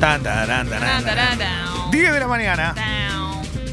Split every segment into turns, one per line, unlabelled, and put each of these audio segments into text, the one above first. Tan, tarán, tarán, tarán. 10 de la mañana.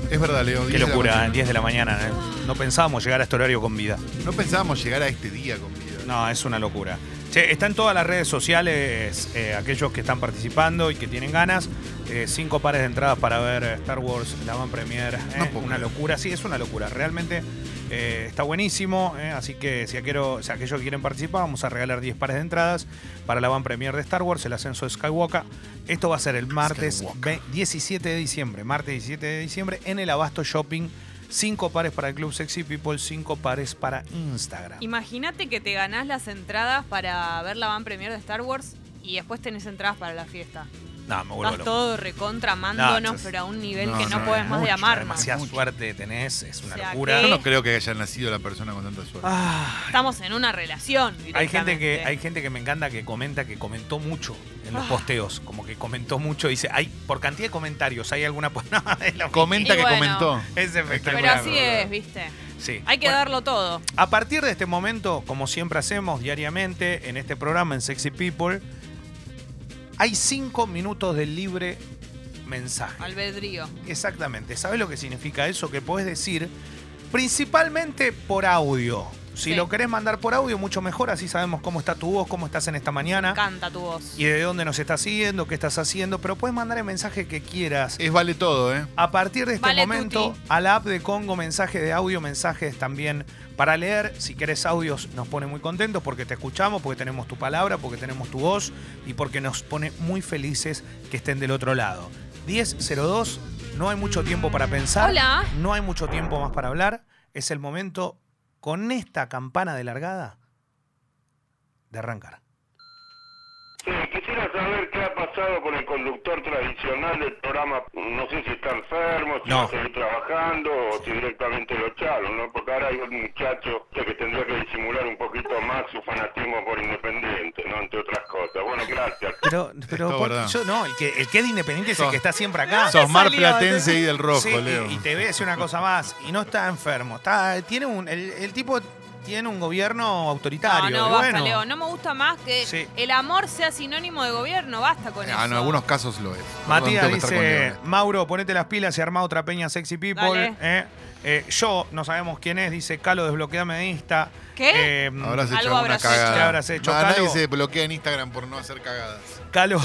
Es verdad, Leo.
Qué
10 de la
locura,
mañana.
¿eh? 10 de la mañana. ¿eh? No pensábamos llegar a este horario con vida.
No pensábamos llegar a este día con vida.
No, es una locura. Che, están todas las redes sociales, eh, aquellos que están participando y que tienen ganas. eh, cinco pares de entradas para ver Star Wars, la van premier. eh,
No puedo
una
creer.
locura, sí, es una locura. Realmente eh, está buenísimo. eh, así que si, aquero- si aquellos que quieren participar, vamos a regalar 10 pares de entradas para la van premier de Star Wars, el ascenso de Skywalker. Esto va a ser el martes
Skywalker.
ve- 17 de diciembre, martes 17 de diciembre en el Abasto Shopping. Cinco pares para el Club Sexy People, cinco pares para Instagram.
Imagínate que te ganás las entradas para ver la van premier de Star Wars y después tenés entradas para la fiesta.
No, me vuelvo
Estás
loco.
todo recontramándonos,
No,
pero a un nivel
no,
que no,
no,
podés
es
más de
mucho,
amarnos.
Demasiada
Mucho.
suerte tenés, es una
O sea,
locura.
que-
Yo no creo que haya nacido la persona con tanta suerte.
Ah,
Estamos en una relación.
hay gente que
directamente.
hay gente que me encanta que comenta que comentó mucho en los posteos, como que comentó mucho, dice, hay por cantidad de comentarios, hay alguna pues, no, es lo-
Comenta
Y
que
bueno.
comentó.
es
Pero
espectacular.
así es, viste.
Sí.
Hay que
Bueno,
darlo todo.
A partir de este momento, como siempre hacemos diariamente en este programa en Sexy People, hay cinco minutos de libre mensaje.
Albedrío.
Exactamente. ¿Sabes lo que significa eso? Que podés decir principalmente por audio. Si
Sí.
lo querés mandar por audio, mucho mejor. Así sabemos cómo está tu voz, cómo estás en esta mañana
Canta tu voz.
y de dónde nos estás siguiendo, qué estás haciendo. Pero puedes mandar el mensaje que quieras.
Es vale todo, ¿eh?
A partir de este
Vale,
momento,
Tuti.
a la app de Congo, mensajes de audio, mensajes también para leer. Si querés audios, nos pone muy contentos porque te escuchamos, porque tenemos tu palabra, porque tenemos tu voz y porque nos pone muy felices que estén del otro lado. 1002, no hay mucho tiempo para pensar.
Hola.
No hay mucho tiempo más para hablar. Es el momento, con esta campana de largada, de arrancar.
Sí, quisiera saber qué ha pasado con el conductor tradicional del programa. No sé si está enfermo, si
No.
va a seguir trabajando o si directamente lo echaron, ¿no? Porque ahora hay un muchacho que tendría que disimular un poquito más su fanatismo por Independiente, ¿no? Entre otras cosas. Bueno, gracias.
Pero, pero
todo
¿por qué
verdad.
yo no, el que, el que es de Independiente es el
Sos-
que está siempre acá.
Sos mar
salió,
platense y del rojo,
Sí, y-
Leo.
Y, te voy a decir una cosa más, y no está enfermo, está, tiene un, el, el tipo tiene un gobierno
No,
autoritario.
Ah, no,
y
basta,
bueno,
Leo. No me gusta más que
Sí.
el amor sea sinónimo de gobierno. Basta con eso.
Ah, en algunos casos lo es. Perdón,
Matías
tengo que estar con
dice,
Leo, ¿eh?
Mauro, ponete las pilas y arma otra peña sexy people.
Dale.
eh. Eh, yo, no sabemos quién es, dice Calo, desbloqueame de Insta.
¿Qué?
Eh,
Habrás hecho
Algo
alguna
habrás
cagada.
hecho. ¿Qué habrás hecho,
Ah, nadie
Calo?
se bloquea en Instagram por no hacer cagadas.
Calo.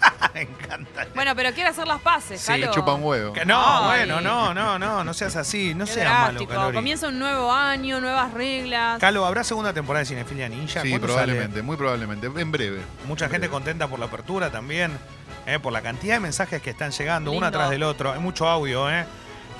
Me encanta.
Bueno, pero quiere hacer las paces,
Sí,
Le
Calo.
chupa un huevo.
Que- No,
Ay.
bueno, no, no, no, no seas así, no
Qué
seas malo,
drástico.
Calori.
Comienza un nuevo año, nuevas reglas.
Calo, ¿habrá segunda temporada de Cinefilia Ninja?
Sí,
¿Cuándo sale?
probablemente, muy probablemente. En breve.
Mucha
En
gente
breve.
contenta por la apertura también, eh, por la cantidad de mensajes que están llegando, uno
Lindo.
atrás del otro. Hay mucho audio, ¿eh?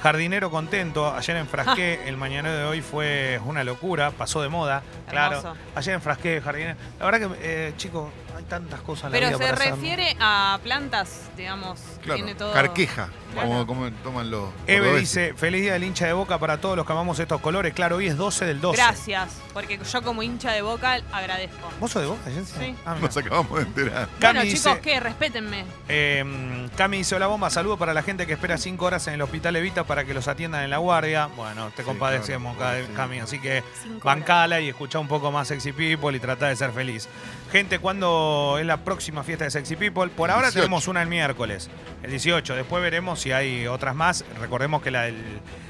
Jardinero contento, ayer enfrasqué,
Ah.
el mañana de hoy fue una locura, pasó de moda, claro.
Hermoso.
Ayer enfrasqué, jardinero. La verdad que, eh, chicos, hay tantas cosas en la
pero
vida
se
para hacer, ¿no?
refiere a plantas, digamos. Tiene todo.
Claro, carqueja,
Claro.
como, como toman los
Eve
cordobeses.
dice, feliz día del hincha de boca para todos los que amamos estos colores. Claro, hoy es 12 del 12.
Gracias, porque yo como hincha de boca agradezco.
¿Vos sos de boca, Jensen?
Sí.
Ah, mira.
Nos acabamos de enterar.
Cami
bueno, chicos,
dice-
que respétenme.
Eh, Cami dice, hola bomba, saludo para la gente que espera cinco horas en el hospital Evita para que los atiendan en la guardia. Bueno, te
Sí,
compadecemos,
claro,
Ca-
sí.
Cami, así que
Cinco
bancala y escucha un poco más Sexy People y trata de ser feliz. Gente, ¿cuándo es la próxima fiesta de Sexy People? Por ahora
18.
tenemos una el miércoles, el 18. Después veremos si hay otras más. Recordemos que la del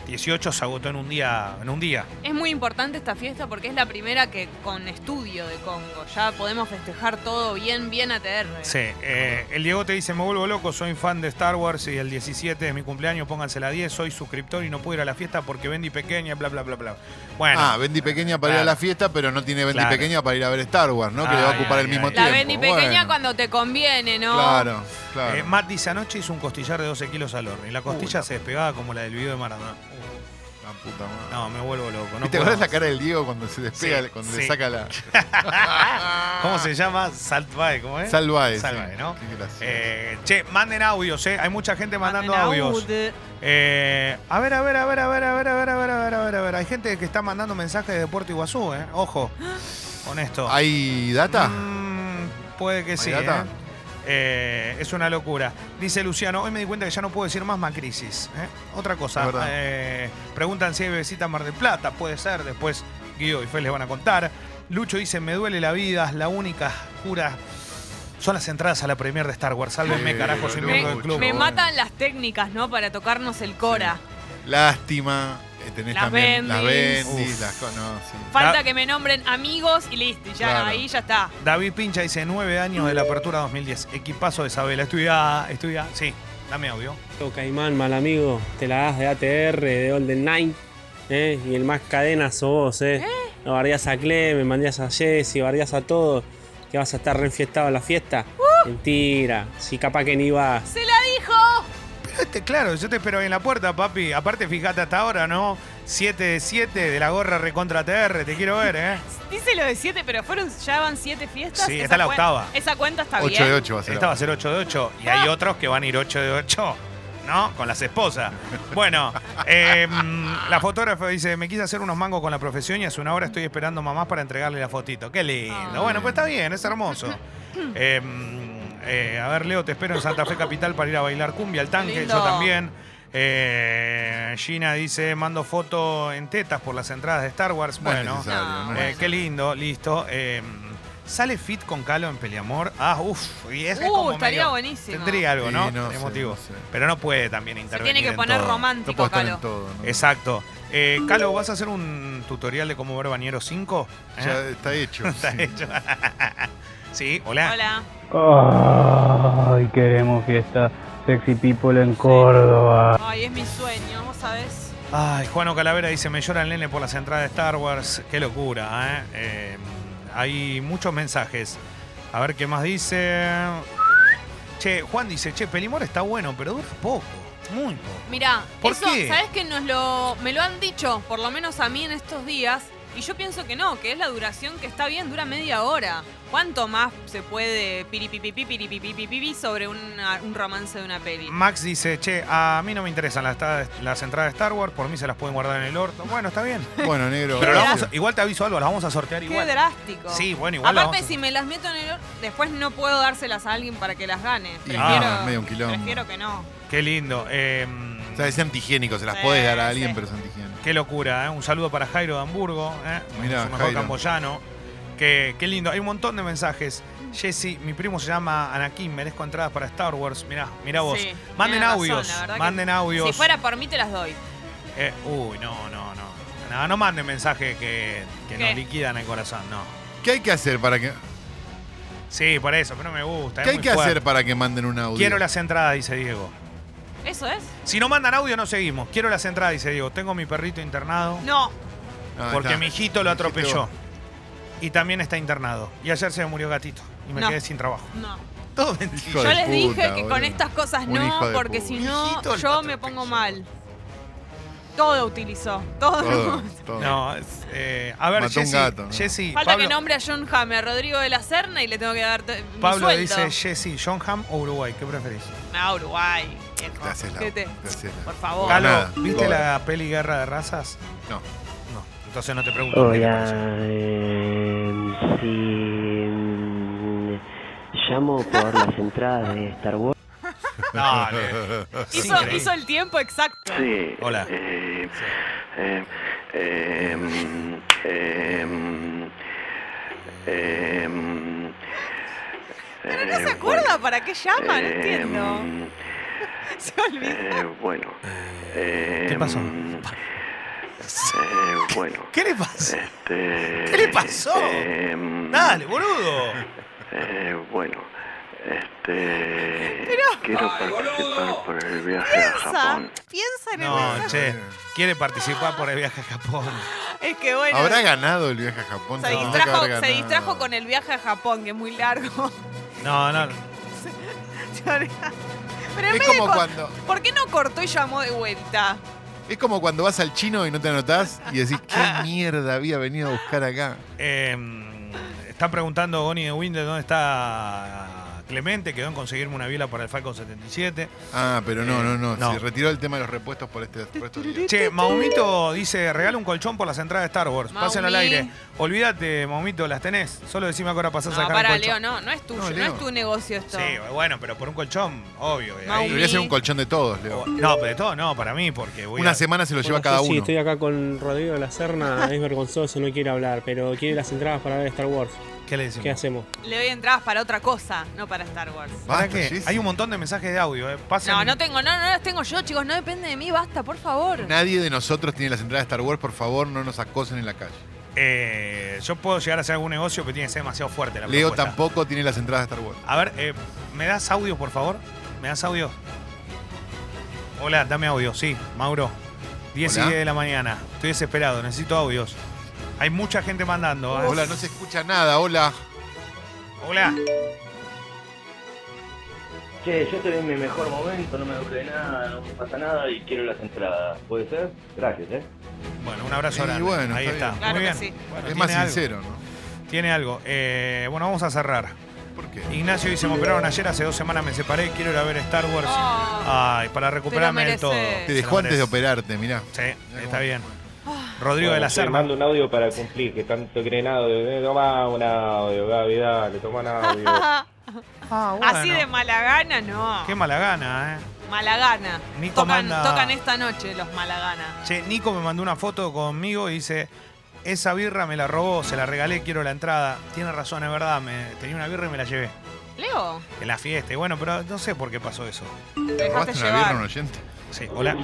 18 se agotó en un día. En un día.
Es muy importante esta fiesta porque es la primera que con estudio de Congo. Ya podemos festejar todo bien, bien ATR.
Sí, eh, el Diego te dice, me vuelvo loco, soy fan de Star Wars y el 17 es mi cumpleaños, pónganse la 10, soy suscriptor y no puedo ir a la fiesta porque vendí pequeña, bla, bla, bla, bla. Bueno,
ah, Bendy pequeña para ir a
claro.
la fiesta, pero no tiene Bendy
Claro.
pequeña para ir a ver Star Wars, ¿no? Que le va a
Ay,
ocupar
ay,
el mismo
ay.
tiempo.
La Bendy pequeña
Bueno,
cuando te conviene, ¿no?
Claro, claro.
eh, Matt dice, anoche hizo un costillar de 12 kilos al horno y la costilla se despegaba como la del video de Maradona.
La puta madre.
No, me vuelvo loco. No
¿Te
puedo
acuerdas la
más.
cara del Diego cuando se despega,
Sí,
cuando
sí.
le saca la.
¿Cómo se llama? Salt by, ¿cómo es?
Salvae. sí.
Salvae, ¿Eh? ¿no?
Qué gracioso.
Eh, che, manden audios, ¿eh? Hay mucha gente mandando
Manden
audios.
audio.
Eh, a ver, a ver, a ver, a ver, a ver, a ver, a ver, a ver, a ver, a ver. Hay gente que está mandando mensajes de Puerto Iguazú, ¿eh? Ojo, con esto.
¿Hay data?
Mm, puede que sí.
data?
¿eh? Eh, es una locura. Dice Luciano, hoy me di cuenta que ya no puedo decir más Macrisis. ¿eh? Otra
Es
cosa,
verdad.
eh, preguntan si hay bebecita en Mar del Plata. Puede ser, después Guido y Fez les van a contar. Lucho dice, me duele la vida, la única cura son las entradas a la premier de Star Wars. Sálvenme,
Sí,
carajo, soy
lo
miembro
Me,
del club.
me
bueno.
matan las técnicas, ¿no? Para tocarnos el Cora.
Lástima. eh, Tenés
Las
también las
Bendis.
bendis,
Uf.
las co- no, sí.
Da-
Falta que me nombren amigos y listo. Y ya
Claro.
ahí ya está.
David Pincha dice, nueve años de la apertura 2010. Equipazo de Isabela. Estudia, estudia. Sí, dame audio.
Yo, Caimán, mal amigo, te la das de ATR, de Olden Nine, ¿eh? y el más cadena sos vos, ¿eh? No, bardeás a Clem, mandías a Jesse, bardeás a todos, que vas a estar reenfiestado en la fiesta. Mentira, si capaz que ni vas.
¡Se la dijo!
Este, claro, yo te espero ahí en la puerta, papi. Aparte, fíjate hasta ahora, ¿no? 7 de 7 de la gorra recontra TR, te quiero ver, ¿eh?
Dice lo de siete, pero fueron, ya van siete fiestas.
Sí,
Esa
está la
cuen-
octava.
Esa cuenta está
8
bien.
de 8 va a ser.
Esta va a
ahora.
ser 8 de 8 y
Ah.
hay otros que van a ir 8 de 8, ¿no? Con las esposas. Bueno, eh, mm, la fotógrafa dice, me quise hacer unos mangos con la profesión y hace una hora estoy esperando a mamá para entregarle la fotito. Qué lindo.
Ah.
Bueno, pues está bien, es hermoso. Eh, mm, eh, a ver, Leo, te espero en Santa Fe Capital para ir a bailar cumbia, al tanque,
Lindo.
yo también. Eh, Gina dice, mando foto en tetas por las entradas de Star Wars.
No es
Bueno,
necesario,
No,
no es
eh,
bueno.
qué lindo, listo. Eh, ¿Sale fit con Calo en Peleamor? Ah, uff, y ese es
Uh,
como
estaría
medio-
buenísimo.
Tendría algo,
Sí,
¿no?
no sé,
Emotivo.
no sé.
Pero no puede también
Se
intervenir.
tiene que
en
poner
todo.
No
romántico,
puedo estar
Calo.
en todo. ¿no?
Exacto. Eh, Calo, ¿vas a hacer un tutorial de cómo ver Bañero 5? ¿Eh?
Ya está hecho.
Está
sí.
hecho. sí, hola.
Hola.
Ay, queremos fiesta sexy people en Córdoba.
Ay, es mi sueño, vos sabés.
Ay, Juano Calavera dice, me llora el nene por las entradas de Star Wars. Qué locura, ¿eh? Eh, Hay muchos mensajes. A ver qué más dice. Che, Juan dice, che, Pelimor está bueno, pero dura poco. Muy poco.
Mirá,
¿Por
eso,
qué?
¿sabés que nos lo, me lo han dicho, por lo menos a mí en estos días? Y yo pienso que no, que es la duración que está bien, dura media hora. ¿Cuánto más se puede piripipipi, piripipipipi sobre una- un romance de una peli?
Max dice, che, a mí no me interesan las, ta- las entradas de Star Wars, por mí se las pueden guardar en el orto. Bueno, está bien.
Bueno, negro.
Pero las vamos
gracias.
a- igual te aviso algo, las vamos a sortear
Qué
igual.
drástico.
Sí, bueno, igual las
Aparte,
vamos a-
si me las meto en el... or- Después no puedo dárselas a alguien para que las gane.
Y
Prefiero,
Ah,
medio un quilombo.
prefiero que no.
Qué lindo. em,
O sea, es antihigiénico, se las
Sí,
podés dar a alguien,
sí.
pero es antihigiénico.
Qué locura, ¿eh? Un saludo para Jairo de Hamburgo, ¿eh?
Mirá,
su mejor
Jairo.
camboyano. Qué, qué lindo. Hay un montón de mensajes. Jesse, mi primo se llama Anakin, merezco entradas para Star Wars. Mirá, mirá vos.
Sí,
manden
tenés razón,
audios.
la verdad que
manden audios.
Si fuera por mí, te las doy.
Eh, uy, no, no, no. No, no manden mensajes que, que
¿Qué?
nos liquidan el corazón, no.
¿Qué hay que hacer para que
Sí, por eso, pero no me gusta. es
¿Qué hay
muy
que
fuerte.
hacer para que manden un audio?
Quiero las entradas, dice Diego.
¿Eso es?
Si no mandan audio, no seguimos. Quiero las entradas, dice Diego. Tengo mi perrito internado.
No.
Ah,
Porque
está.
mi hijito lo
Mi hijito.
atropelló. Y también está internado. Y ayer se me murió gatito. Y me
No.
quedé sin trabajo.
No.
Todo mentira.
Hijo
Yo
de
les dije
puta,
que
boludo.
con estas cosas
Un
no,
hijo de
porque
puta.
si no,
Hijito de la
yo me pongo
perfección.
mal. Todo utilizó, todo.
Todo, todo.
No, es, eh, a ver,
Mató un
Jessy.
gato, ¿no?
Jessy,
Falta
Pablo,
que nombre a John Hamm, a Rodrigo de la Serna y le tengo que dar t- mi
Pablo
sueldo.
dice Jessy, John Ham o Uruguay, ¿qué preferís?
Ah, Uruguay. viejo.
Te haces la-
¿Qué te-
te haces la-
Por favor.
Gana-
Galo,
nada.
¿viste
Pobre.
la peli Guerra de Razas?
No.
No. Entonces no te pregunto. ¿qué te pareció?
Hola, em, sí, em, llamo por las entradas de Star Wars.
Dale. Es
hizo,
increíble.
hizo el tiempo exacto.
Sí.
Hola.
Eh, eh, em, em, em,
Pero no
eh,
se acuerda para qué llama, no Ah, entiendo.
em,
Se olvidó.
eh, bueno.
¿Qué
em,
pasó?
eh, bueno.
¿Qué le pasa?
Este,
¿Qué le pasó?
eh,
em,
Dale, boludo.
eh, bueno. Este, quiero participar por el viaje a
Piensa,
Japón.
piensa en el
No,
mensaje.
che. Quiere participar por el viaje a Japón.
Es que bueno.
¿Habrá ganado el viaje a Japón?
se,
Tendrá que
distrajo,
haber
se
ganado.
distrajo con el viaje a Japón, que es muy largo.
No, no.
Pero en
Es
medio
como
cor-
cuando.
¿Por qué no cortó y llamó de vuelta?
Es como cuando vas al chino y no te anotás y decís, ¿qué mierda había venido a buscar acá?
em, Eh, está preguntando Goni de Winder dónde está Clemente quedó en conseguirme una viola para el Falcon 77.
Ah, pero no, no, no.
No.
Se retiró el tema de los repuestos por este por estos días.
Che, Maumito dice, regala un colchón por las entradas de Star Wars.
Maumi.
Pásenlo al aire. Olvídate, Maumito, las tenés. Solo decime que ahora pasás a
No,
sacar
para,
el
Leo,
colchón.
no, no es tuyo,
No,
no,
Leo.
es tu negocio esto.
Sí, bueno, pero por un colchón, obvio. y ahí-
Debería ser un colchón de todos, Leo.
No, pero de todo no, para mí, porque voy
Una
a-
semana se lo lleva
Bueno, yo
cada
Sí,
uno.
estoy acá con Rodrigo de la Serna, es vergonzoso, no quiere hablar, pero quiere las entradas para ver Star Wars.
¿Qué le
¿Qué
decimos?
hacemos?
Le doy entradas para otra cosa, no para Star Wars.
¿Para
Basta,
qué?
Jessy.
Hay un montón de mensajes de audio. eh. Pasen-
No, no tengo, no, no las tengo yo, chicos, no depende de mí, basta, por favor.
Nadie de nosotros tiene las entradas de Star Wars, por favor, no nos acosen en la calle.
Eh, yo puedo llegar a hacer algún negocio, pero tiene que ser demasiado fuerte la
Leo
propuesta.
tampoco tiene las entradas de Star Wars.
A ver, eh, ¿me das audio, por favor? ¿Me das audio? Hola, dame audio, sí, Mauro. 10 y
Hola.
10 de la mañana. Estoy desesperado, necesito audios. Hay mucha gente mandando. ¿eh?
Hola, no se escucha nada, hola.
Hola.
Che, yo estoy en mi mejor momento, no me duele nada, no me pasa nada y quiero las entradas. ¿Puede ser? Gracias, eh.
Bueno, un abrazo
Y
grande.
bueno,
Ahí
está
está.
bien.
Claro
Muy bien.
que sí.
Bueno,
es
tiene
más
algo,
sincero, ¿no?
Tiene algo. Eh, bueno, vamos a cerrar.
¿Por qué?
Ignacio dice, me operaron ayer, hace dos semanas me separé, quiero ir a ver Star Wars.
Oh.
Ay, para recuperarme del
mereces.
todo.
Te
Te
Se lo
dejó antes de
merece.
operarte, mirá.
Sí,
Mirá
está
cómo-
bien.
Ah.
Rodrigo de la
Te
Serna.
mando un audio para cumplir, que tanto creen audio. "Eh, Toma un audio, Gaby, dale, toma un audio.
Ah, bueno.
Así de mala gana, no.
Qué mala gana, ¿eh?
Mala gana.
Nico
Tocan,
manda-
tocan esta noche los mala gana.
Che, Nico me mandó una foto conmigo y dice, esa birra me la robó, se la regalé, quiero la entrada. Tiene razón, es verdad, me, tenía una birra y me la llevé
Leo,
en la fiesta. Y bueno, pero no sé por qué pasó eso.
te
¿Te
dejaste
robaste una birra a
llevar.
un oyente?
Sí, hola.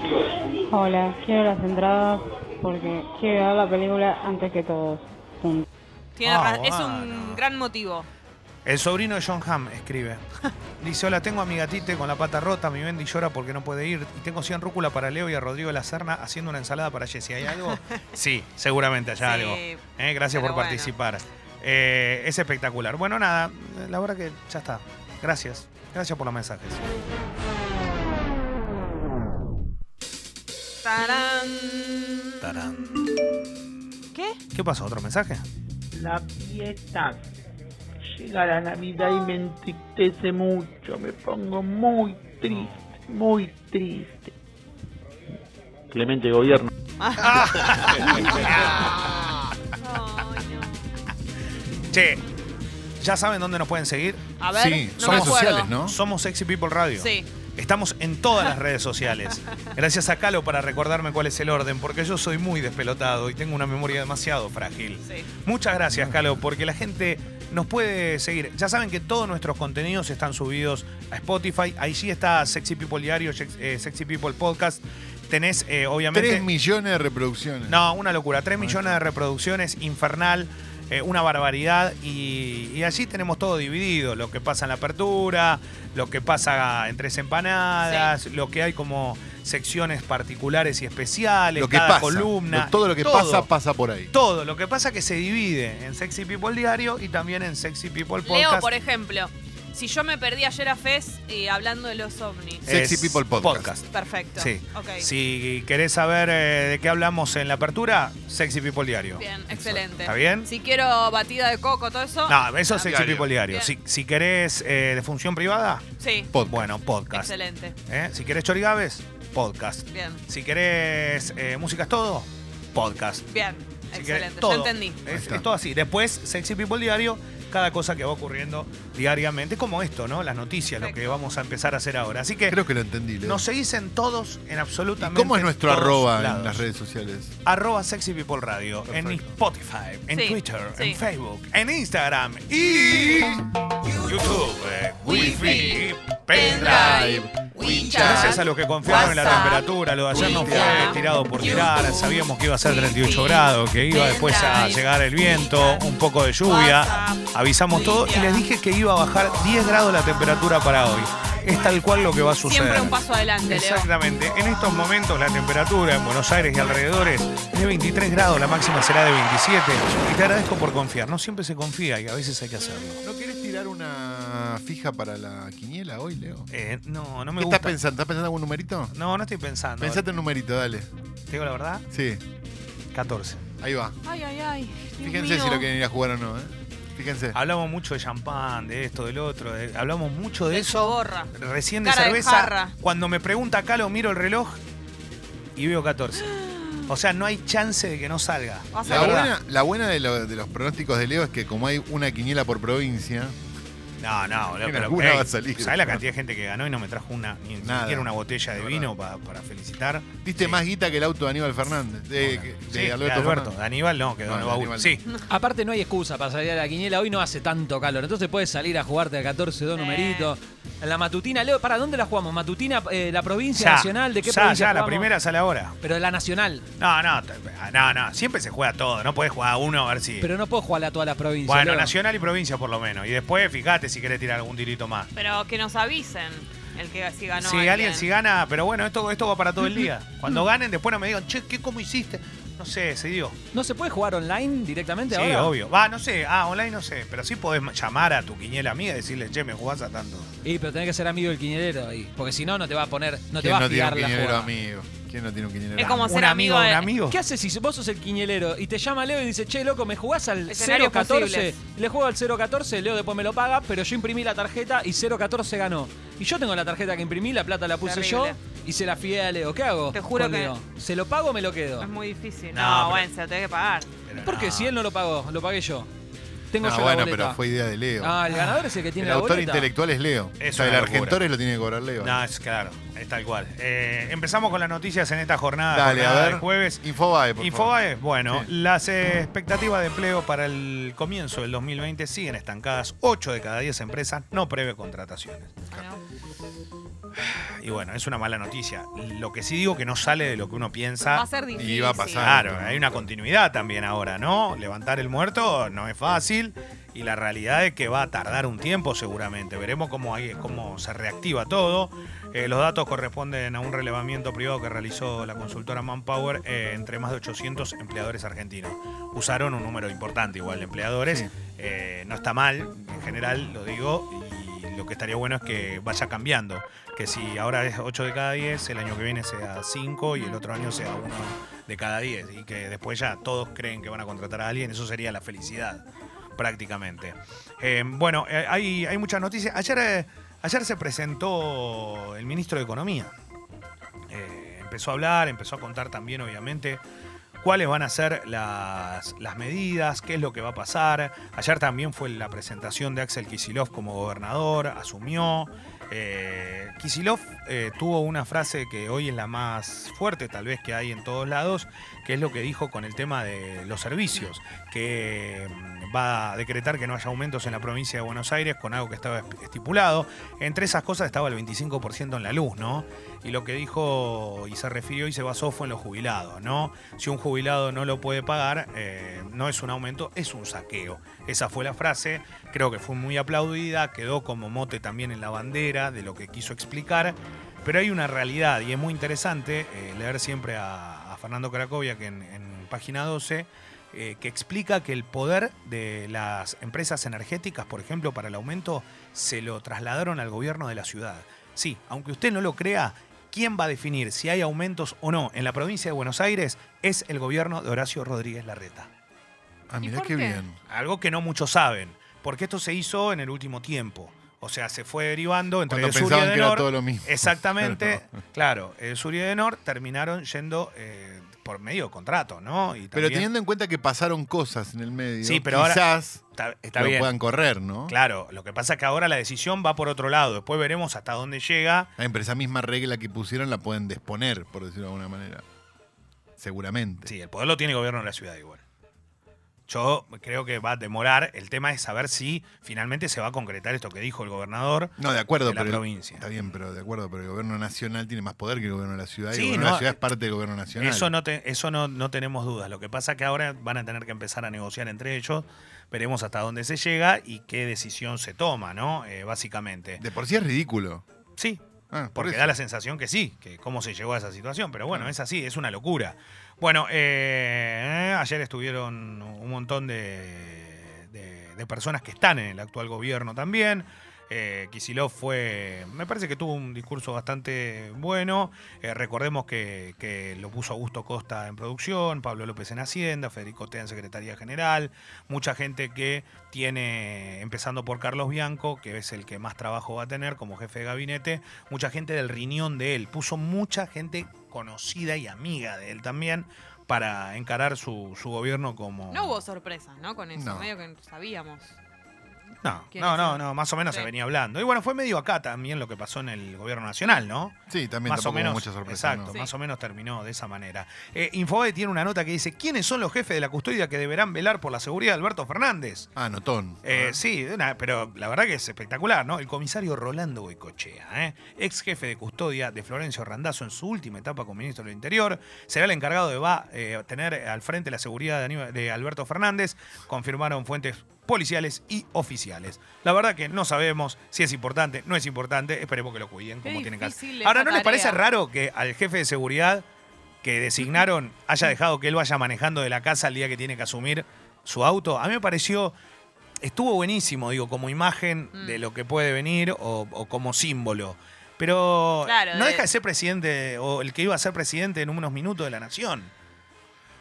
Hola, quiero las entradas porque quiero ver la película antes que todos. Punto.
Tiene
Ah,
ra- Es un
bueno.
gran motivo.
El sobrino de John Hamm escribe. Dice, hola, tengo a mi gatite con la pata rota, mi Bendy llora porque no puede ir. Y tengo 100 rúcula para Leo y a Rodrigo de la Serna haciendo una ensalada para Jessie. ¿Hay algo? sí, seguramente hay
Sí,
algo. Eh, gracias
pero
por
bueno.
participar. Eh, es espectacular. Bueno, nada, la verdad que ya está. Gracias. Gracias por los mensajes.
Tarán.
Tarán.
¿Qué?
¿Qué pasó? ¿Otro mensaje?
La fiesta. Llega la Navidad y me entristece mucho. Me pongo muy triste, muy triste.
Clemente Gobierno.
Ay, no.
Che, ¿ya saben dónde nos pueden seguir?
A ver,
sí,
no
son
me
redes
acuerdo.
sociales, ¿no?
Somos Sexy People Radio.
Sí.
Estamos en todas las redes sociales. Gracias a Calo para recordarme cuál es el orden, porque yo soy muy despelotado y tengo una memoria demasiado frágil.
Sí.
Muchas gracias, Calo, porque la gente nos puede seguir. Ya saben que todos nuestros contenidos están subidos a Spotify. Ahí sí está Sexy People Diario, Sex- eh, Sexy People Podcast. Tenés, eh, obviamente.
3 millones de reproducciones.
No, una locura. 3 millones de reproducciones, infernal, eh, una barbaridad. Y, y allí tenemos todo dividido: lo que pasa en la apertura, lo que pasa en tres empanadas, lo que hay como secciones particulares y especiales,
Lo que
cada
pasa.
columna.
lo- todo lo que pasa, pasa por ahí.
Todo, lo que pasa que se divide en Sexy People Diario y también en Sexy People Podcast.
Leo, por ejemplo, si yo me perdí ayer a Fez eh, hablando de los ovnis.
Eh, Sexy
Es
People Podcast.
Perfecto.
Sí.
Ok.
Si querés saber eh, de qué hablamos en la apertura, Sexy People Diario.
Bien, excelente.
¿Está bien?
Si quiero batida de coco, todo eso.
No, eso es
Ah,
Sexy
Diario.
People Diario.
Bien.
Si, si querés eh, de función privada,
Sí,
Podcast.
bueno, podcast.
excelente.
¿Eh? Si querés chorigaves, podcast.
Bien,
Si querés eh, música es todo, podcast.
bien,
Si querés
excelente.
todo.
Ya entendí.
Ahí
Es,
está.
es todo así. Después, Sexy People Diario, cada cosa que va ocurriendo diariamente, como esto, ¿no? Las noticias, lo
Perfecto.
que vamos a empezar a hacer ahora. Así que
Creo que lo entendí, Leo.
nos seguís en todos, en
¿Y
absolutamente
cómo es nuestro
todos
arroba
lados.
en las redes sociales?
Arroba Sexy People Radio, en
Perfecto.
Spotify, en
Sí,
Twitter,
sí.
en Facebook, en Instagram y YouTube, eh, Wi-Fi, Pendrive. Gracias a los que confiaron en la
WhatsApp,
temperatura, lo de ayer no fue
Twitter,
tirado por tirar, sabíamos que iba a ser 38
Wi-Fi,
grados, que iba después a
Pendrive,
llegar el viento,
Twitter,
un poco de lluvia,
WhatsApp,
avisamos todo y
Twitter.
les dije que iba a bajar 10 grados la temperatura para hoy. Es tal cual lo que va a suceder.
Siempre un paso adelante, Leo.
Exactamente. En estos momentos la temperatura en Buenos Aires y alrededores es de 23 grados, la máxima será de 27. Y te agradezco por confiar. No siempre se confía y a veces hay que hacerlo.
¿No querés tirar una fija para la quiniela hoy, Leo?
Eh, no, no me
¿Qué
gusta.
estás pensando? ¿Estás pensando en algún numerito?
No, no estoy pensando.
Pensate en un numerito, dale.
Te digo la verdad,
Sí,
14.
ahí va.
Ay, ay, ay. Dios
Fíjense
mío.
si lo quieren ir a jugar o no, ¿eh? Fíjense.
Ah,
Hablamos mucho de champán, de esto, del otro. de- hablamos mucho de eso.
Borra.
Recién de
Cara de
cerveza.
jarra.
cuando me pregunta Calo, miro el reloj y veo 14. O sea, no hay chance de que no salga.
Vas
La buena, la buena de, lo- de los pronósticos de Leo es que como hay una quiniela por provincia,
No, no, boludo,
En
pero,
alguna
ey,
va a salir.
¿sabés la cantidad de gente que ganó y no me trajo una, ni
Nada.
siquiera una botella de
Es
vino pa- para felicitar?
diste más guita que el auto de Aníbal Fernández. De, que-
Sí,
de
de
Alberto,
Alberto.
Fernández.
De Aníbal no, quedó
No,
en el
de
baúl.
Aníbal no.
Sí.
Aparte no hay excusa para salir a la quiniela, hoy no hace tanto calor, entonces puedes salir a jugarte a 14, dos
Sí.
numeritos. En la matutina, Leo, ¿para dónde la jugamos? ¿Matutina, eh, la provincia
Ya,
nacional? ¿De qué
ya,
provincia
ya, la
jugamos?
primera sale ahora.
Pero de la nacional,
No, no, t- no, no, siempre se juega todo, no podés jugar a uno a ver si...
pero no puedo jugarle a todas las provincias.
bueno,
Leo.
nacional y provincia por lo menos. Y después fíjate si querés tirar algún tirito más.
Pero que nos avisen el que si ganó.
si alguien si gana, pero bueno, esto, esto va para todo el día. Cuando ganen, después no me digan, che, ¿qué, ¿cómo hiciste? No sé, se dio.
¿No se puede jugar online directamente
Sí,
ahora?
obvio. Va, no sé, ah, online no sé, pero sí podés llamar a tu quiniela amiga y decirle, che, me jugás a tanto.
Y pero tenés que ser amigo del quiñerero ahí, porque si no, no te va a poner, no te
¿Quién
va
no
a
tiene un
fiar la
quinielero
jugada.
amigo? ¿Quién no tiene un quinielero
Es como
ser amigo amigo de- de un amigo.
¿Qué haces si vos sos el quiñelero y te llama Leo y dice, che, loco, me jugás al
Escenarios
014?
posibles.
Le juego al 014, Leo después me lo paga, pero yo imprimí la tarjeta y 014 ganó. Y yo tengo la tarjeta que imprimí, la plata la puse
Terrible.
yo y se la fié a Leo. ¿Qué hago?
Te juro
con
que- Ah.
Leo? ¿Se lo pago o me lo quedo?
Es muy difícil.
No,
No,
pero-
bueno, se lo tenés que pagar.
Pero
Porque
no.
si él no lo pagó, lo pagué yo. Tengo
Ah,
yo
bueno,
la boleta.
pero fue idea de Leo.
Ah, el ganador es el que tiene
el
la
autor
boleta.
intelectual es Leo.
Es
o sea, el
una locura.
Argentores lo tiene que cobrar Leo.
No, es claro, es tal cual. Eh, empezamos con las noticias en esta jornada,
Dale,
jornada
a
del
ver.
jueves.
Infobae, por favor.
Infobae, bueno, las eh, expectativas de empleo para el comienzo del 2020 siguen estancadas. 8 de cada 10 empresas no prevé contrataciones. Y bueno, es una mala noticia. Lo que sí digo que no sale de lo que uno
Va
piensa.
a ser difícil.
Y va a pasar.
Claro, hay una continuidad también ahora, ¿no? Levantar el muerto no es fácil y la realidad es que va a tardar un tiempo seguramente. Veremos cómo, hay, cómo se reactiva todo. Eh, los datos corresponden a un relevamiento privado que realizó la consultora Manpower eh, entre más de 800 empleadores argentinos. Usaron un número importante igual de empleadores. Eh, no está mal, en general lo digo, y lo que estaría bueno es que vaya cambiando. Que si ahora es 8 de cada 10, el año que viene sea 5 y el otro año sea 1 de cada 10. Y que después ya todos creen que van a contratar a alguien, eso sería la felicidad prácticamente. Eh, bueno, eh, hay, hay muchas noticias. Ayer, eh, ayer se presentó el ministro de Economía. Eh, empezó a hablar, empezó a contar también, obviamente, cuáles van a ser las, las medidas, qué es lo que va a pasar. Ayer también fue la presentación de Axel Kisilov como gobernador, asumió. Eh, Kisilov eh, tuvo una frase que hoy es la más fuerte, tal vez que hay en todos lados, que es lo que dijo con el tema de los servicios, que mm, va a decretar que no haya aumentos en la provincia de Buenos Aires con algo que estaba esp- estipulado. Entre esas cosas estaba el 25% en la luz, ¿no? Y lo que dijo y se refirió y se basó fue en los jubilados, ¿no? Si un jubilado no lo puede pagar, eh, no es un aumento, es un saqueo. Esa fue la frase, creo que fue muy aplaudida, quedó como mote también en la bandera de lo que quiso explicar. Pero hay una realidad y es muy interesante eh, leer siempre a, a Fernando Caracovia, que en, en página 12, eh, que explica que el poder de las empresas energéticas, por ejemplo, para el aumento, se lo trasladaron al gobierno de la ciudad. Sí, aunque usted no lo crea, ¿quién va a definir si hay aumentos o no en la provincia de Buenos Aires? Es el gobierno de Horacio Rodríguez Larreta.
Ah, mirá
por
qué
qué?
bien.
Algo que no muchos saben, porque esto se hizo en el último tiempo. O sea, se fue derivando entre
Cuando
el sur y
pensaban
el
que era
norte.
todo lo mismo.
Exactamente, claro. El sur y el norte terminaron yendo eh, por medio de contrato, ¿no? Y
Pero
también-
teniendo en cuenta que pasaron cosas en el medio,
Sí, pero ahora-
quizás
está, está
lo
bien.
puedan correr, ¿no?
Claro, lo que pasa es que ahora la decisión va por otro lado. Después veremos hasta dónde llega.
La empresa Ah, misma regla que pusieron la pueden disponer, por decirlo de alguna manera. Seguramente.
Sí, el poder lo tiene el gobierno de la ciudad igual. Yo creo que va a demorar. El tema es saber si finalmente se va a concretar esto que dijo el gobernador.
No, de acuerdo,
De la
pero
provincia.
Está bien, pero de acuerdo, pero el gobierno nacional tiene más poder que el gobierno de la ciudad.
Sí,
y el gobierno
no, eh,
de la ciudad es parte del gobierno nacional.
Eso no, te- eso no, no tenemos dudas. Lo que pasa es que ahora van a tener que empezar a negociar entre ellos. Veremos hasta dónde se llega y qué decisión se toma, ¿no? Eh, básicamente.
De por sí es ridículo.
Sí,
Ah, por
Porque
eso.
da la sensación que sí, que cómo se llegó a esa situación. Pero bueno,
Claro.
es así, es una locura. Bueno, eh, ayer estuvieron un montón de, de- de personas que están en el actual gobierno también. Eh, Kicillof fue, me parece que tuvo un discurso bastante bueno. Eh, recordemos que, que lo puso Augusto Costa en producción, Pablo López en Hacienda, Federico Tea en Secretaría General, mucha gente que tiene, empezando por Carlos Bianco, que es el que más trabajo va a tener como jefe de gabinete, mucha gente del riñón de él, puso mucha gente conocida y amiga de él también para encarar su, su gobierno como...
No hubo sorpresas, ¿no? Con eso,
No.
medio que sabíamos.
No,
¿Quién
no,
es
no,
él?
no, más o menos se venía hablando. Y bueno, fue medio acá también lo que pasó en el gobierno nacional, ¿no?
Sí, también
más
tampoco
o
hubo
menos,
mucha sorpresa,
Exacto,
¿no?
más o menos terminó de esa manera. Eh, Infobae tiene una nota que dice, ¿quiénes son los jefes de la custodia que deberán velar por la seguridad de Alberto Fernández?
Ah, notón.
Eh, sí, una- pero la verdad que es espectacular, ¿no? El comisario Rolando Boicochea, ¿eh? ex jefe de custodia de Florencio Randazzo en su última etapa como ministro del Interior, será el encargado de va eh, tener al frente la seguridad de, Aníbal- de Alberto Fernández, confirmaron fuentes policiales y oficiales. La verdad que no sabemos si es importante, no es importante, esperemos que lo cuiden
Qué
como tienen que hacer.
difícil
Ahora,
esa
¿no les parece
tarea.
raro que al jefe de seguridad que designaron haya dejado que él vaya manejando de la casa el día que tiene que asumir su auto? A mí me pareció estuvo buenísimo, digo, como imagen
Mm.
de lo que puede venir o, o como símbolo. Pero
Claro,
no
de-
deja de ser presidente o el que iba a ser presidente en unos minutos de la nación.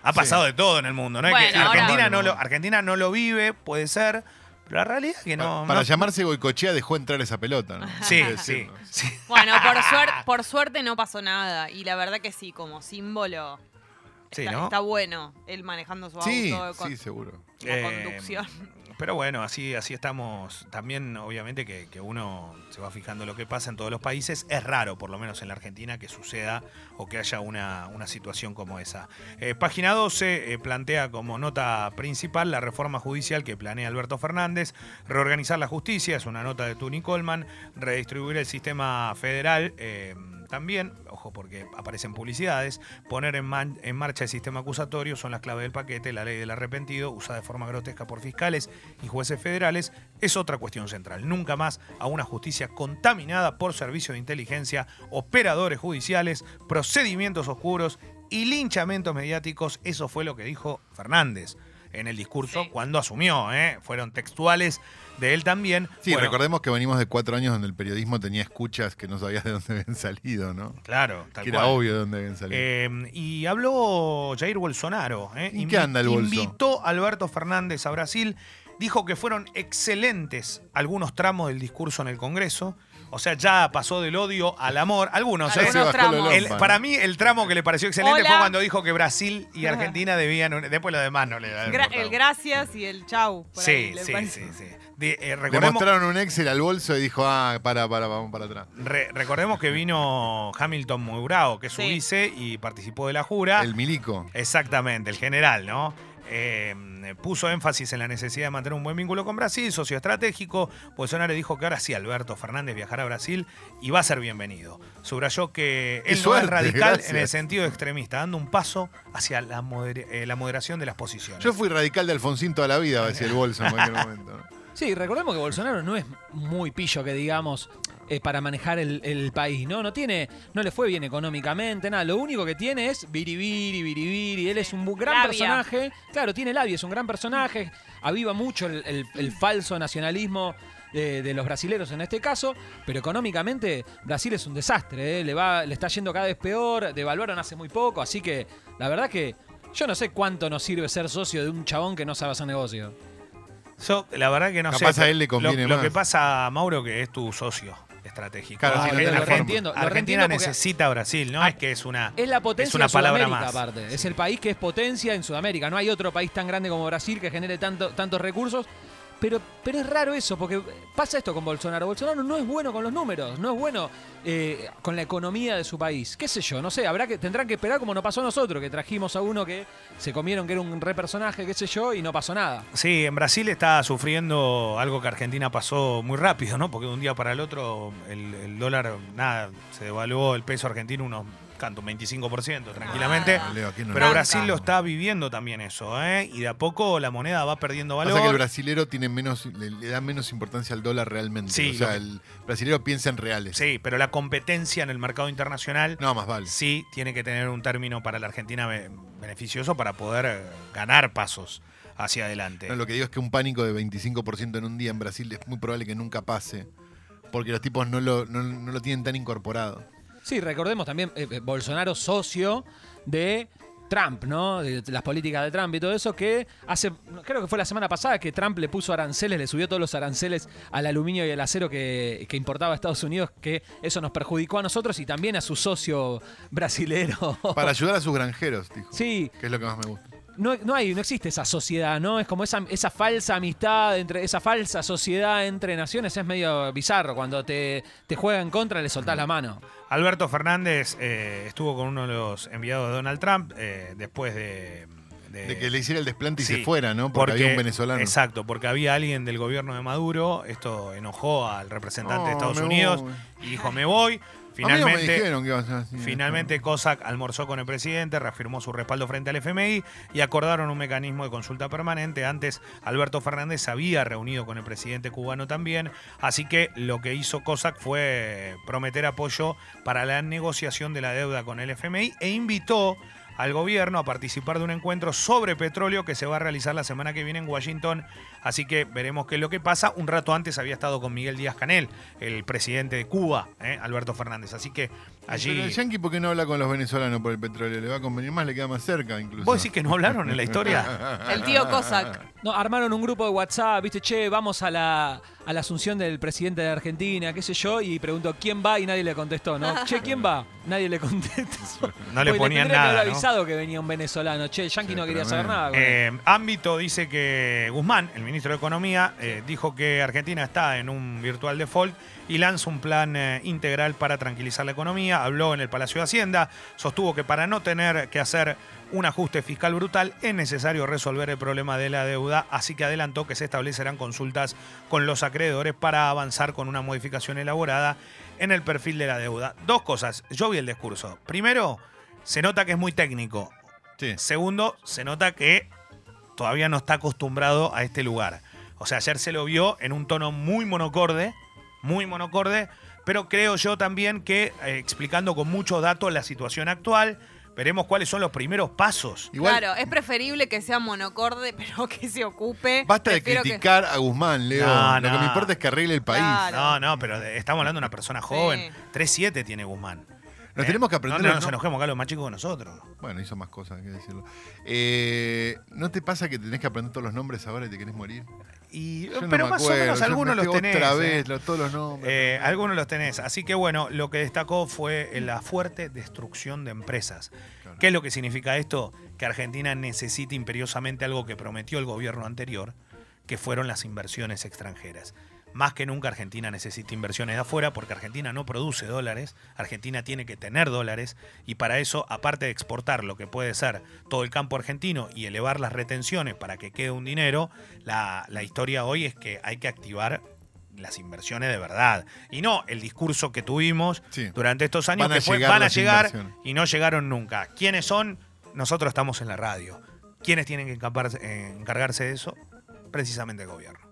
Ha pasado de todo en el mundo, ¿no? Es
Bueno,
que
ahora-
Argentina, no lo, Argentina no lo vive, puede ser, pero la realidad es que no.
Para
no-
llamarse Goicochea dejó entrar esa pelota, ¿no?
Sí,
Quiero decir,
sí,
¿no?
sí.
Bueno, por, suer- por suerte no pasó nada. Y la verdad que sí, como símbolo.
Sí,
está,
¿no?
está bueno él manejando su
Sí,
auto. con-
sí, seguro.
la
Eh,
conducción.
Pero bueno, así, así estamos. También, obviamente, que, que uno se va fijando lo que pasa en todos los países. Es raro, por lo menos en la Argentina, que suceda o que haya una, una situación como esa. Eh, página 12 eh, plantea como nota principal la reforma judicial que planea Alberto Fernández, reorganizar la justicia, es una nota de Tuni Coleman, redistribuir el sistema federal. eh, también, ojo porque aparecen publicidades, poner en, man- en marcha el sistema acusatorio son las claves del paquete, la ley del arrepentido, usada de forma grotesca por fiscales y jueces federales, es otra cuestión central. Nunca más a una justicia contaminada por servicios de inteligencia, operadores judiciales, procedimientos oscuros y linchamientos mediáticos. Eso fue lo que dijo Fernández en el discurso cuando asumió. ¿eh? Fueron textuales de él también.
Sí,
Bueno,
recordemos que venimos de cuatro años donde el periodismo tenía escuchas que no sabías de dónde habían salido, ¿no?
Claro, tal
Que era
cual.
obvio de dónde habían salido.
Eh, y habló Jair Bolsonaro. ¿eh?
¿En
Invi-
qué anda el bolso?
Invitó a Alberto Fernández a Brasil. Dijo que fueron excelentes algunos tramos del discurso en el Congreso. O sea, ya pasó del odio al amor. Algunos,
Algunos
¿eh?
Sí, bajó tramos. la
El-
lompa,
para
¿no?
mí, el tramo que le pareció excelente
Hola.
fue cuando dijo que Brasil y Argentina debían. un- Después lo demás no le da.
Gra- el gracias y el chau. por ahí,
Sí,
le
sí, sí,
parece.
sí, De- eh,
Le
recordemos,
mostraron un Excel al bolso y dijo, ah, para, para, vamos para atrás.
re- recordemos que vino Hamilton Mugrao, que es su
Sí.
vice, y participó de la jura.
El milico.
Exactamente, el general, ¿no? Eh, puso énfasis en la necesidad de mantener un buen vínculo con Brasil, socio estratégico. Bolsonaro dijo que ahora sí Alberto Fernández viajará a Brasil y va a ser bienvenido. Subrayó que
Qué
él
suerte,
no es radical
gracias.
en el sentido extremista, dando un paso hacia la, moder- eh, la moderación de las posiciones.
Yo fui radical de Alfonsín toda la vida, decía el bolso en cualquier momento. ¿no?
Sí, recordemos que Bolsonaro no es muy pillo que digamos eh, para manejar el, el país, ¿no? No tiene, no le fue bien económicamente, nada. Lo único que tiene es biribiri, biribiri. Él es un bu- gran
Labia.
personaje. Claro, tiene labia, es un gran personaje. Aviva mucho el, el- el falso nacionalismo. De, de los brasileros en este caso, pero económicamente Brasil es un desastre, ¿eh? le va, le está yendo cada vez peor, Eh, devaluaron hace muy poco, así que la verdad que yo no sé cuánto nos sirve ser socio de un chabón que no sabe hacer negocio.
Yo, la verdad que no
Capaz
sé.
a él le
pero
conviene
lo, lo
más.
que pasa, Mauro, que es tu socio estratégico.
Claro, sí,
Argentina-
lo
Argentina,
reentiendo, lo reentiendo porque- Ah,
necesita a Brasil, ¿no? es que es una,
Es la potencia
es una
de
palabra
Sudamérica,
más.
aparte. Es el país que es potencia en Sudamérica. No hay otro país tan grande como Brasil que genere tanto, tantos recursos. Pero, pero es raro eso, porque pasa esto con Bolsonaro. Bolsonaro no es bueno con los números, no es bueno eh, con la economía de su país. ¿Qué sé yo? No sé, habrá que tendrán que esperar como no pasó a nosotros, que trajimos a uno que se comieron que era un re personaje, qué sé yo, y no pasó nada.
Sí, en Brasil está sufriendo algo que Argentina pasó muy rápido, ¿no? Porque de un día para el otro el, el dólar, nada, se devaluó el peso argentino unos canto, un 25% tranquilamente.
Nada.
Ah, Leo, aquí no
Pero
lo-
Brasil lo está viviendo también eso, ¿eh? Y de a poco la moneda va perdiendo valor.
Pasa que el brasilero tiene menos, le, le da menos importancia al dólar realmente.
Sí,
o sea,
lo-
el brasilero piensa en reales.
Sí, pero la competencia en el mercado internacional
No, más vale.
sí tiene que tener un término para la Argentina be- beneficioso para poder eh, ganar pasos hacia adelante.
No, lo que digo es que un pánico de 25% en un día en Brasil es muy probable que nunca pase. porque los tipos no lo, no- no lo tienen tan incorporado.
Sí, recordemos también eh, eh, Bolsonaro socio de Trump, ¿no? De las políticas de Trump y todo eso que hace creo que fue la semana pasada que Trump le puso aranceles, le subió todos los aranceles al aluminio y al acero que, que importaba a Estados Unidos, que eso nos perjudicó a nosotros y también a su socio brasilero.
Para ayudar a sus granjeros, dijo.
Sí.
Que es lo que más me gusta.
No, no hay, no existe esa sociedad, ¿no? Es como esa, esa falsa amistad, entre, esa falsa sociedad entre naciones es medio bizarro. Cuando te, te juega en contra le soltás la mano.
Alberto Fernández eh, estuvo con uno de los enviados de Donald Trump eh, después de,
De que le hiciera el desplante y
Sí,
se fuera, ¿no? Porque, había un venezolano.
Exacto, porque había alguien del gobierno de Maduro. Esto enojó al representante de
No,
Estados
me
Unidos
voy.
y dijo: Me voy.
A mí no me
Finalmente,
dijeron que iba a ser así.
Finalmente, Cossack almorzó con el presidente, reafirmó su respaldo frente al FMI y acordaron un mecanismo de consulta permanente. Antes, Alberto Fernández se había reunido con el presidente cubano también, así que lo que hizo Cossack fue prometer apoyo para la negociación de la deuda con el FMI e invitó al gobierno a participar de un encuentro sobre petróleo que se va a realizar la semana que viene en Washington. Así que veremos qué es lo que pasa. Un rato antes había estado con Miguel Díaz Canel, el presidente de Cuba, ¿eh? Alberto Fernández. Así que allí...
Pero el yankee, ¿por qué no habla con los venezolanos por el petróleo? Le va a convenir más, le queda más cerca incluso.
¿Vos decís que no hablaron en la historia?
El tío Cossack.
No, armaron un grupo de WhatsApp, viste, che, vamos a la, a la asunción del presidente de Argentina, qué sé yo, y preguntó quién va y nadie le contestó, ¿no? Che, ¿quién va? Nadie le contestó.
No le ponían
Porque le tendrían que
nada,
haber
¿no?
avisado que venía un venezolano. Che, el Yankee no quería saber nada. con él.
Eh, ámbito dice que Guzmán, el ministro de Economía, eh, dijo que Argentina está en un virtual default y lanza un plan eh, integral para tranquilizar la economía. Habló en el Palacio de Hacienda, sostuvo que para no tener que hacer un ajuste fiscal brutal es necesario resolver el problema de la deuda, así que adelantó que se establecerán consultas con los acreedores para avanzar con una modificación elaborada en el perfil de la deuda. Dos cosas, yo vi el discurso. Primero, se nota que es muy técnico. Segundo, se nota que todavía no está acostumbrado a este lugar. O sea, ayer se lo vio en un tono muy monocorde, muy monocorde, pero creo yo también que eh, explicando con mucho dato la situación actual, veremos cuáles son los primeros pasos.
Claro, es preferible que sea monocorde, pero que se ocupe.
Basta de
eh, Prefiero que-
criticar a Guzmán, Leo.
No,
Lo que
no.
me importa es que arregle el país.
Claro.
No, no, pero de- estamos hablando de una persona joven. 3-7 tiene Guzmán.
Nos
Eh,
tenemos que
No,
aprender.
no
a
nos enojemos, Carlos, más chico que nosotros.
Bueno, hizo más cosas, hay que decirlo. Eh, ¿No te pasa que tenés que aprender todos los nombres ahora y te querés morir?
Y,
Yo no
pero
me
más
acuerdo,
o menos
yo
algunos
me
los
pego
tenés.
Otra
eh.
vez, los- todos los nombres.
Eh, algunos los tenés. Así que bueno, lo que destacó fue eh, la fuerte destrucción de empresas. ¿Qué es lo que significa esto? Que Argentina necesita imperiosamente algo que prometió el gobierno anterior, que fueron las inversiones extranjeras. Más que nunca Argentina necesita inversiones de afuera porque Argentina no produce dólares, Argentina tiene que tener dólares y para eso, aparte de exportar lo que puede ser todo el campo argentino y elevar las retenciones para que quede un dinero, la, la historia hoy es que hay que activar las inversiones de verdad y no el discurso que tuvimos durante estos años
Van a
que fue,
llegar
van a
las
llegar
inversiones".
y no llegaron nunca. ¿Quiénes son? Nosotros estamos en la radio. ¿Quiénes tienen que encaparse- eh, encargarse de eso? Precisamente el gobierno.